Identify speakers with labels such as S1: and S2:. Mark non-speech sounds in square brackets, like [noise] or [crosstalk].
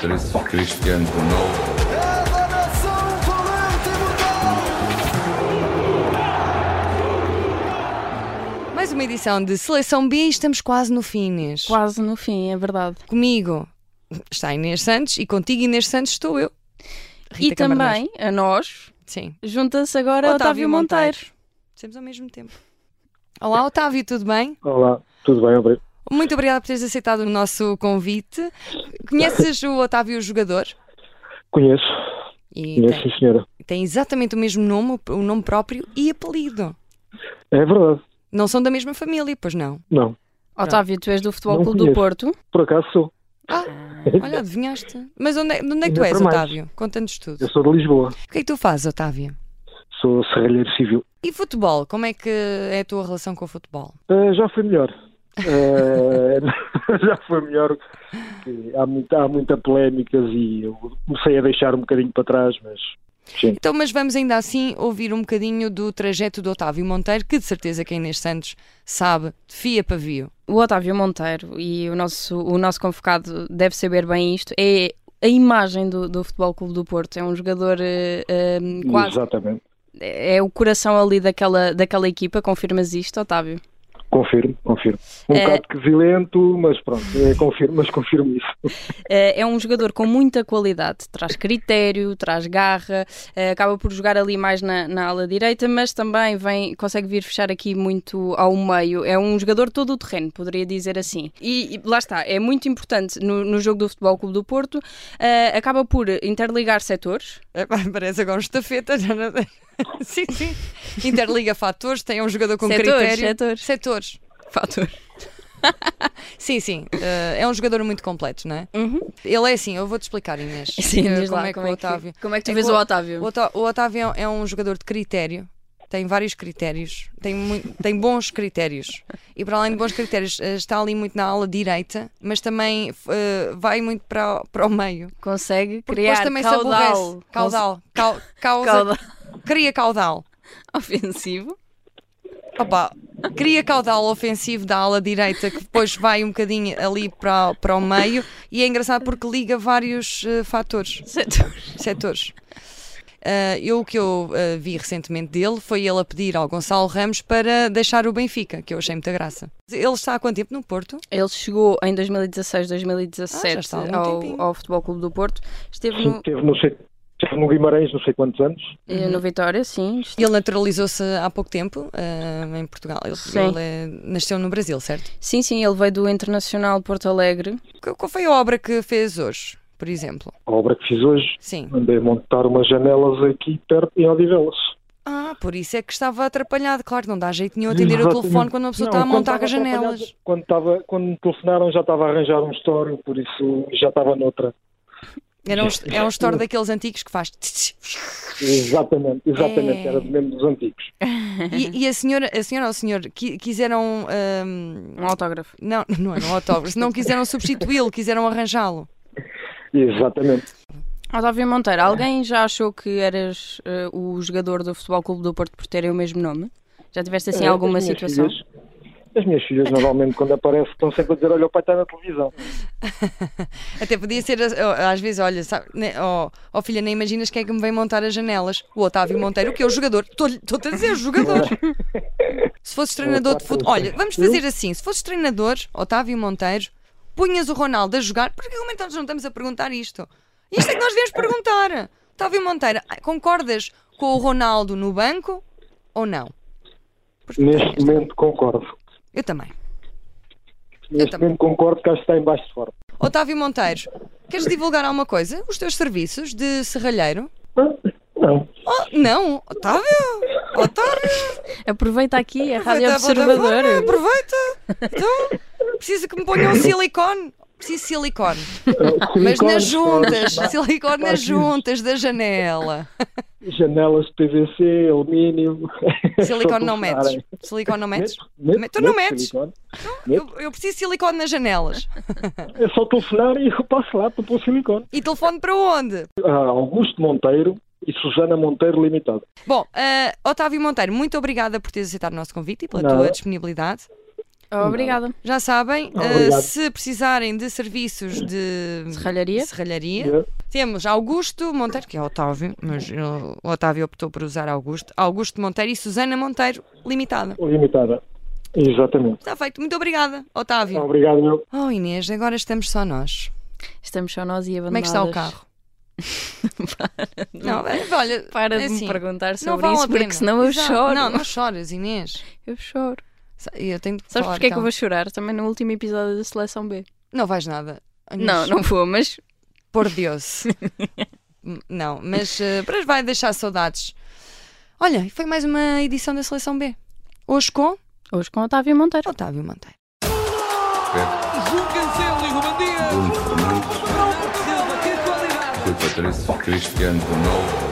S1: 13, Cristiano Ronaldo.
S2: É da nação valente e mortal.
S3: Mais uma edição de Seleção B e estamos quase no fim, Inês.
S4: Quase no fim, é verdade.
S3: Comigo está Inês Santos e contigo, Inês Santos, estou eu. Rita
S4: e
S3: Camarneiro.
S4: também, a nós,
S3: Sim,
S4: junta-se agora Otávio,
S3: Otávio Monteiro.
S4: Monteiro.
S3: estamos ao mesmo tempo. Olá, Otávio, tudo bem?
S5: Olá, tudo bem? Obrigado.
S3: Muito obrigada por teres aceitado o nosso convite. Conheces o Otávio o jogador?
S5: Conheço,
S3: E
S5: conheço,
S3: tem,
S5: sim, senhora.
S3: tem exatamente o mesmo nome, o nome próprio e apelido.
S5: É verdade,
S3: Não são da mesma família, pois não?
S5: não.
S4: Otávio, tu és do Futebol
S5: Não
S4: Clube do
S5: conheço.
S4: Porto.
S5: Por acaso sou.
S3: Ah, Olha, adivinhaste. Mas onde é, de onde é que tu
S5: Ah. Ainda
S3: és,
S5: para mais.
S3: Otávio? Conta-nos tudo.
S5: Eu sou de Lisboa,
S3: O que é que tu fazes, Otávio?
S5: sou serralheiro civil.
S3: E futebol? Como é que é a tua relação com o futebol?
S5: Ah, já foi melhor. Ah, [laughs] já foi melhor. que Há muita, há muita polémicas e eu comecei a deixar um bocadinho para trás, mas sim,
S3: Então, mas vamos ainda assim ouvir um bocadinho do trajeto do Otávio Monteiro, que de certeza que a Inês Santos sabe de fia para vio.
S4: O Otávio Monteiro e o nosso, o nosso convocado deve saber bem isto. É a imagem do, do Futebol Clube do Porto. É um jogador eh, eh, quase.
S5: exatamente.
S4: É o coração ali daquela, daquela equipa. Confirmas isto, Otávio?
S5: Confirmo, confirmo. Um
S4: É.
S5: bocado quesilento, mas pronto, é, confirmo, mas confirmo isso.
S4: Eh, é um jogador com muita qualidade, traz critério, traz garra, eh, acaba por jogar ali mais na, na ala direita, mas também vem, consegue vir fechar aqui muito ao meio. É um jogador todo o terreno, poderia dizer assim. E, e lá está, é muito importante no, no jogo do Futebol Clube do Porto, eh, acaba por interligar
S3: [laughs]
S4: setores.
S3: Epá, Parece agora um estafeta. já não- [laughs] sim, sim. Interliga fatores, tem um jogador com
S4: Setores,
S3: critério.
S4: setores.
S3: Setores.
S4: Fator.
S3: Sim, sim. eh, é um jogador muito completo, não é? Ele é assim, eu vou-te explicar, Inês.
S4: Uhum. [laughs] Sim,
S3: eh,
S4: diz
S3: como
S4: lá,
S3: é que o Otávio.
S4: como é que tu
S3: É
S4: vês
S3: que
S4: o Otávio?
S3: O Otá- o Otávio é um- é um jogador de critério, tem vários critérios, tem, mui- tem bons critérios. E para além de bons critérios, eh, está ali muito na ala direita, mas também eh, vai muito para, o- para o meio.
S4: Consegue
S3: Porque
S4: criar
S3: depois também se
S4: caudal, [laughs]
S3: aborrece. Caudal. Cau- causa-
S4: caudal
S3: Cria caudal.
S4: ofensivo.
S3: Opa, cria caudal ofensivo da ala direita que depois vai um bocadinho ali para, para o meio e é engraçado porque liga vários eh, fatores.
S4: Setores.
S3: setores. Ah, eu o que eu ah, vi recentemente dele foi ele a pedir ao Gonçalo Ramos para deixar o Benfica, que eu achei muita graça. Ele está há quanto tempo no Porto?
S4: Ele chegou em 2016,
S3: Ah, já
S4: 2017
S3: está há algum tempinho.
S4: ao, ao Futebol Clube do Porto. Esteve no,
S5: Teve, não sei, teve no Guimarães não sei quantos anos.
S4: eh,
S3: Uhum.
S4: no Vitória, sim. Este-
S3: Ele naturalizou-se há pouco tempo ah, em Portugal. Ele,
S4: Sim.
S3: ele é- nasceu no Brasil, certo?
S4: Sim, sim, ele veio do Internacional Porto Alegre.
S3: Qu- Qual foi a obra que fez hoje, por exemplo?
S5: A obra que fiz hoje,
S3: Sim.
S5: andei a montar umas janelas aqui perto em Odivelas.
S3: Ah, por isso é que estava atrapalhado. Claro, não dá jeito nenhum atender o
S5: Exatamente.
S3: telefone quando uma pessoa
S5: Não,
S3: está a
S5: quando
S3: montar
S5: estava
S3: as janelas.
S5: atrapalhado, Quando, estava, quando me telefonaram já estava a arranjar um story, por isso já estava noutra.
S3: Era um, é um store daqueles antigos que faz. tss, tss,
S5: Exatamente, exatamente,
S3: É.
S5: era mesmo dos antigos. É.
S3: E, e a senhora, a senhora ou o senhor qui- quiseram. ahm,
S4: Um autógrafo.
S3: não, [laughs] não era um autógrafo. Não quiseram substituí-lo, quiseram arranjá-lo.
S5: Exatamente.
S4: Otávio Monteiro,
S3: É.
S4: alguém já achou que eras eh, o jogador do Futebol Clube do Porto por terem o mesmo nome? Já tiveste
S3: É,
S4: assim
S5: Eh,
S4: alguma
S5: as minhas
S4: situação?
S5: filhas- as minhas filhas normalmente quando aparecem estão sempre a dizer, olha o pai está na televisão.
S3: Até podia ser, ah, às vezes, olha, sabe, né, oh, oh, filha, nem imaginas quem é que me vem montar as janelas? O Otávio Monteiro, que é o jogador. Estou-te a dizer, o jogador. Se fosses treinador de futebol. Olha, vamos fazer assim: se fosses treinador, Otávio Monteiro, punhas o Ronaldo a jogar, porque como então nós não estamos a perguntar isto? Isto é que nós viemos perguntar. Otávio Monteiro, ah, concordas com o Ronaldo no banco ou não? Pois,
S5: Neste momento concordo.
S3: Eu também.
S5: Neste
S3: também.
S5: momento concordo que acho que está em baixo de forma.
S3: Otávio Monteiro, queres divulgar alguma coisa? Os teus serviços de serralheiro?
S5: Ah,
S3: [laughs]
S5: Não,
S3: Oh, não, Otávio! Otávio!
S4: Aproveita aqui a Rádio
S3: aproveita a
S4: Observador.
S3: plataforma, Aproveita! Então, preciso que me ponham um silicone. Preciso de silicone. Mas nas juntas, silicone nas juntas da janela.
S5: Janelas de PVC, alumínio. [laughs] É
S3: Silicone não metes.
S5: Funcionarem.
S3: Silicone não metes?
S5: Meto,
S3: Mas tu não
S5: meto
S3: metes?
S5: é. silicone.
S3: Eu, eu preciso de silicone nas janelas.
S5: É só telefonar e eu passo lá para pôr silicone.
S3: E telefone para onde?
S5: Ah, Augusto Monteiro e Susana Monteiro Limitado.
S3: Bom, ah, Otávio Monteiro, muito obrigada por teres aceitado o nosso convite e pela
S5: Nada.
S3: tua disponibilidade.
S4: Obrigada.
S3: Já sabem, eh,
S5: Obrigado.
S3: se precisarem de serviços de
S4: Serralharia.
S3: serralharia,
S5: Yeah.
S3: temos Augusto Monteiro, que é Otávio, mas eu- o Otávio optou por usar Augusto, Augusto Monteiro e Susana Monteiro, limitada.
S5: Limitada. Exatamente.
S3: Está feito, muito obrigada, Otávio.
S5: Obrigado, meu.
S3: Oh Inês, agora estamos só nós.
S4: Estamos só nós e abandonados.
S3: Como é que está o
S4: [laughs]
S3: carro? Não, é- olha,
S4: Para
S3: é
S4: de
S3: assim,
S4: me perguntar
S3: não
S4: sobre
S3: vale
S4: isso,
S3: a pena.
S4: porque senão eu
S3: Exato.
S4: choro.
S3: Não, não choras, Inês.
S4: Eu choro.
S3: Sa- Eu tenho de
S4: Sabes
S3: falar,
S4: porquê é que eu
S3: calma.
S4: vou chorar? Também no último episódio da Seleção B.
S3: Não vais nada. Inês.
S4: Não, não vou, mas
S3: Por Deus.
S4: [laughs]
S3: M- não, mas eh, para vai deixar saudades. Olha, e foi mais uma edição da Seleção B. Hoje com
S4: hoje com Otávio Monteiro.
S3: Otávio Monteiro.
S2: Ju Cancelo e Rubandia.
S1: Bruno Fernandes,
S2: Para o Portugal, que qualidade.
S1: Rui Patrício, Cristiano Ronaldo.